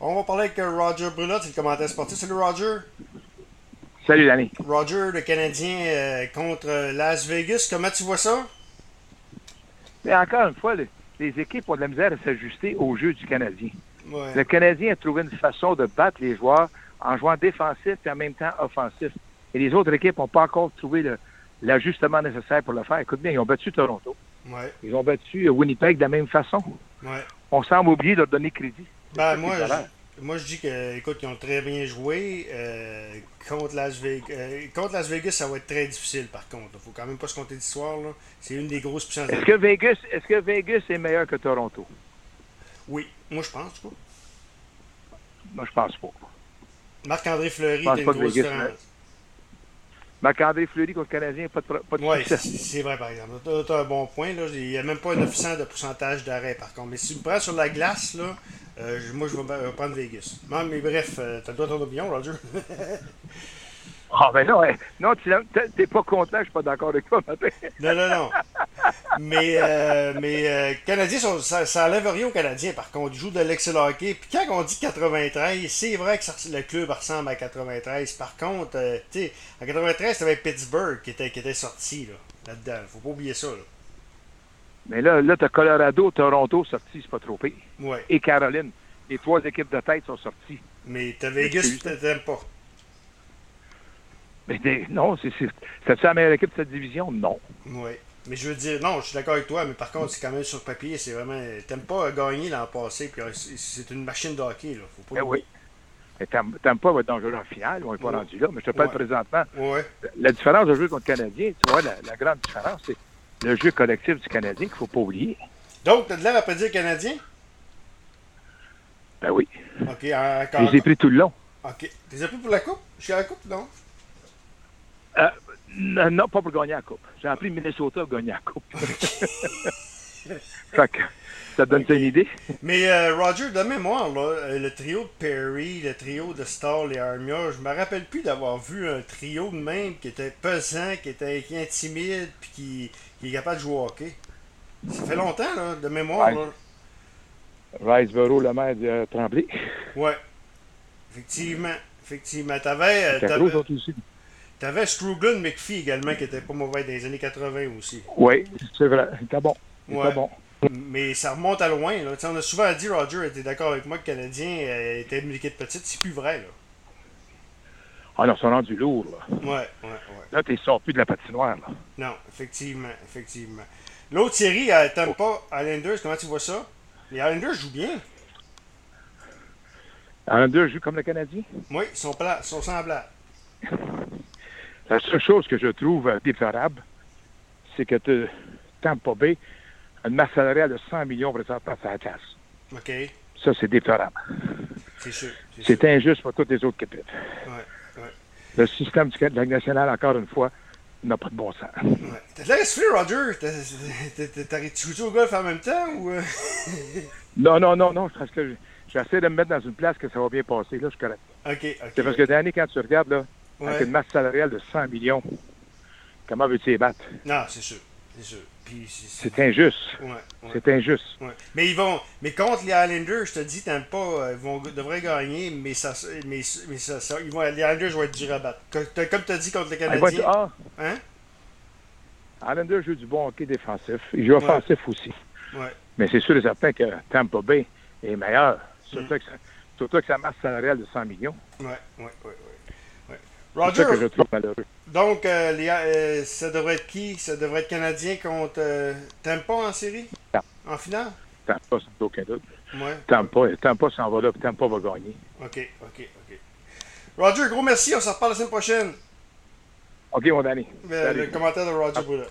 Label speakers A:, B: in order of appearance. A: On va parler avec euh, Roger Brulotte, c'est le commentaire sportif. Salut Roger.
B: Salut l'ami.
A: Roger, le Canadien euh, contre Las Vegas, comment tu vois ça?
B: Mais encore une fois, le- les équipes ont de la misère à s'ajuster au jeu du Canadien.
A: Ouais.
B: Le Canadien a trouvé une façon de battre les joueurs en jouant défensif et en même temps offensif. Et les autres équipes n'ont pas encore trouvé le- l'ajustement nécessaire pour le faire. Écoute bien, ils ont battu Toronto.
A: Ouais,
B: Ils ont battu euh, Winnipeg de la même façon.
A: ouais.
B: On semble oublier de leur donner crédit.
A: Ben,
B: C'est
A: moi,
B: tout à l'heure.
A: je, moi, je dis que, écoute, ils ont très bien joué. euh, contre, Las Vegas, euh, contre Las Vegas, ça va être très difficile, par contre. faut quand même pas se compter d'histoire. là. C'est une des grosses puissances.
B: Est-ce que Vegas, est-ce que Vegas est meilleur que Toronto?
A: Oui, moi, je pense. quoi.
B: Moi, je pense pas.
A: Marc-André Fleury,
B: Je pense
A: t'as une
B: pas que
A: grosse
B: Vegas,
A: différence.
B: Marc-André Fleury contre le Canadien, pas de, pro- pas de
A: Oui,
B: succès.
A: c'est vrai, par exemple. T'as- T'as un bon point. Là. Il n'y a même pas 900 de pourcentage d'arrêt, par contre. Mais si tu me prends sur la glace, là, euh, je- moi, je vais me- prendre Vegas. Non, mais bref, euh, t'as le droit à ton opinion, Roger.
B: Ah, ben non, hein. non, tu l'as- t'es- t'es pas content, je suis pas d'accord avec toi, Martin.
A: Non, non, non. Mais, euh, mais euh, Canadiens, sont- ça, ça enlève rien aux Canadiens, par contre. Ils jouent de l'excellent hockey. Puis quand on dit 93, c'est vrai que ça res- le club ressemble à 93. Par contre, euh, tu sais, en 93, t'avais Pittsburgh qui était, qui était sorti là, là-dedans. Faut pas oublier ça. Là.
B: Mais là, là, t'as Colorado, Toronto sortis, c'est pas trop pire.
A: Ouais.
B: Et Caroline. Les trois équipes de tête sont sorties.
A: Mais t'as Vegas, t'a- t'aimes pas.
B: Mais des- non, c'est c'est- c'est-tu la meilleure équipe de cette division? Non.
A: Oui. Mais je veux dire, non, je suis d'accord avec toi, mais par contre, c'est quand même sur papier, c'est vraiment. T'aimes pas gagner l'an passé, puis euh, c'est- c'est une machine de hockey, là. Faut pas.
B: Ben oui. Mais t'aimes t'aimes pas votre dangereux en finale, on n'est pas
A: Ouais.
B: rendu là, mais je te parle
A: Ouais.
B: présentement.
A: Ouais.
B: La différence de jeu contre le Canadien, tu vois, la, la grande différence, c'est le jeu collectif du Canadien qu'il faut pas oublier.
A: Donc, t'as de l'air à pas dire Canadien?
B: Ben oui.
A: Ok, encore.
B: Je les ai pris tout le long.
A: Ok. T'es appelé pour la coupe? Jusqu'à la coupe, non?
B: Euh, non, non, pas pour gagner la Coupe. J'ai appris Minnesota pour gagner la Coupe. Fait que, ça te donne ça une idée?
A: Mais euh, Roger, de mémoire, là, euh, le trio de Perry, le trio de Stall et Armia, je me rappelle plus d'avoir vu un trio de même qui était pesant, qui était qui est intimide, puis qui, qui est capable de jouer au hockey. Ça fait longtemps, là, de mémoire.
B: Ouais.
A: Là.
B: Riceboro, le maire de euh, Tremblay.
A: Ouais. Effectivement. Effectivement. T'avais, euh,
B: Quatre autres
A: t'avais,
B: autres aussi.
A: t'avais Scrooglin McPhee également, qui était pas mauvais dans les années 80 aussi.
B: Oui, c'est vrai. C'était bon. C'était
A: Ouais.
B: bon.
A: Mais ça remonte à loin. Là. Tu sais, On a souvent dit, Roger était d'accord avec moi, que le Canadien euh, était une équipe petite. C'est plus vrai. Là.
B: Ah non, ils sont rendus lourds, là.
A: Ouais, ouais, ouais.
B: Là, ils sortent plus de la patinoire, là.
A: Non, effectivement, effectivement. L'autre série, euh, t'aimes pas Islanders, comment tu vois ça? Les Islanders jouent bien.
B: En deux joue comme le Canadien.
A: Oui, ils sont, plats, ils sont semblables.
B: La seule chose que je trouve euh, déplorable, c'est que tu Tampa Bay a une masse salariale de 100 millions présentement à la casse.
A: OK,
B: Ça, c'est déplorable.
A: c'est sûr. C'est sûr.
B: C'est injuste pour toutes les autres équipes.
A: Ouais, ouais.
B: Le système du Canada national, encore une fois, n'a pas de bon sens.
A: Ouais. T'as de l'air essoufflé, Roger. T'as- t'as- t'as- t'as- Tu joues au golf en même temps ou. euh?
B: Non, non, non, non, parce que j'essaie de me mettre dans une place que ça va bien passer. Là, je suis correct.
A: Ok, ok.
B: C'est parce que dernier, quand tu regardes, là,
A: Ouais.
B: avec une masse salariale de 100 millions, comment veux-tu les battre?
A: Non, c'est sûr. C'est sûr. Puis c'est.
B: C'est injuste.
A: c'est- Ouais, ouais,
B: C'est injuste.
A: ouais. Mais ils vont. Mais contre les Islanders, je te dis, t'aimes pas. euh, Ils vont... devraient gagner, mais ça. Mais, mais ça, ça- Ils vont... Les Islanders vont être durs à battre. Co- t'as- Comme t'as dit contre les
B: Ah, ils vont être-
A: Canadiens.
B: ah,
A: Hein?
B: Islanders joue du bon hockey défensif. Il joue offensif aussi.
A: Ouais.
B: Mais c'est sûr et certain que Tampa Bay est meilleur.
A: Mm.
B: Surtout, que, ça- surtout que sa masse salariale de 100 millions.
A: Ouais, ouais, ouais, ouais. ouais.
B: C'est ça que je
A: Roger,
B: trouve malheureux.
A: donc, euh, les- euh, ça devrait être qui Ça devrait être Canadien contre. euh, T'aimes pas en série
B: Non.
A: En finale
B: Tampa, sans aucun doute.
A: Ouais.
B: Tampa, Tampa s'en va là, puis Tampa va gagner.
A: OK, OK, OK. Roger, gros merci. On se reparle la semaine prochaine.
B: OK, mon ami.
A: Euh,
B: Salut. Ah.
A: le commentaire de Roger Bouda.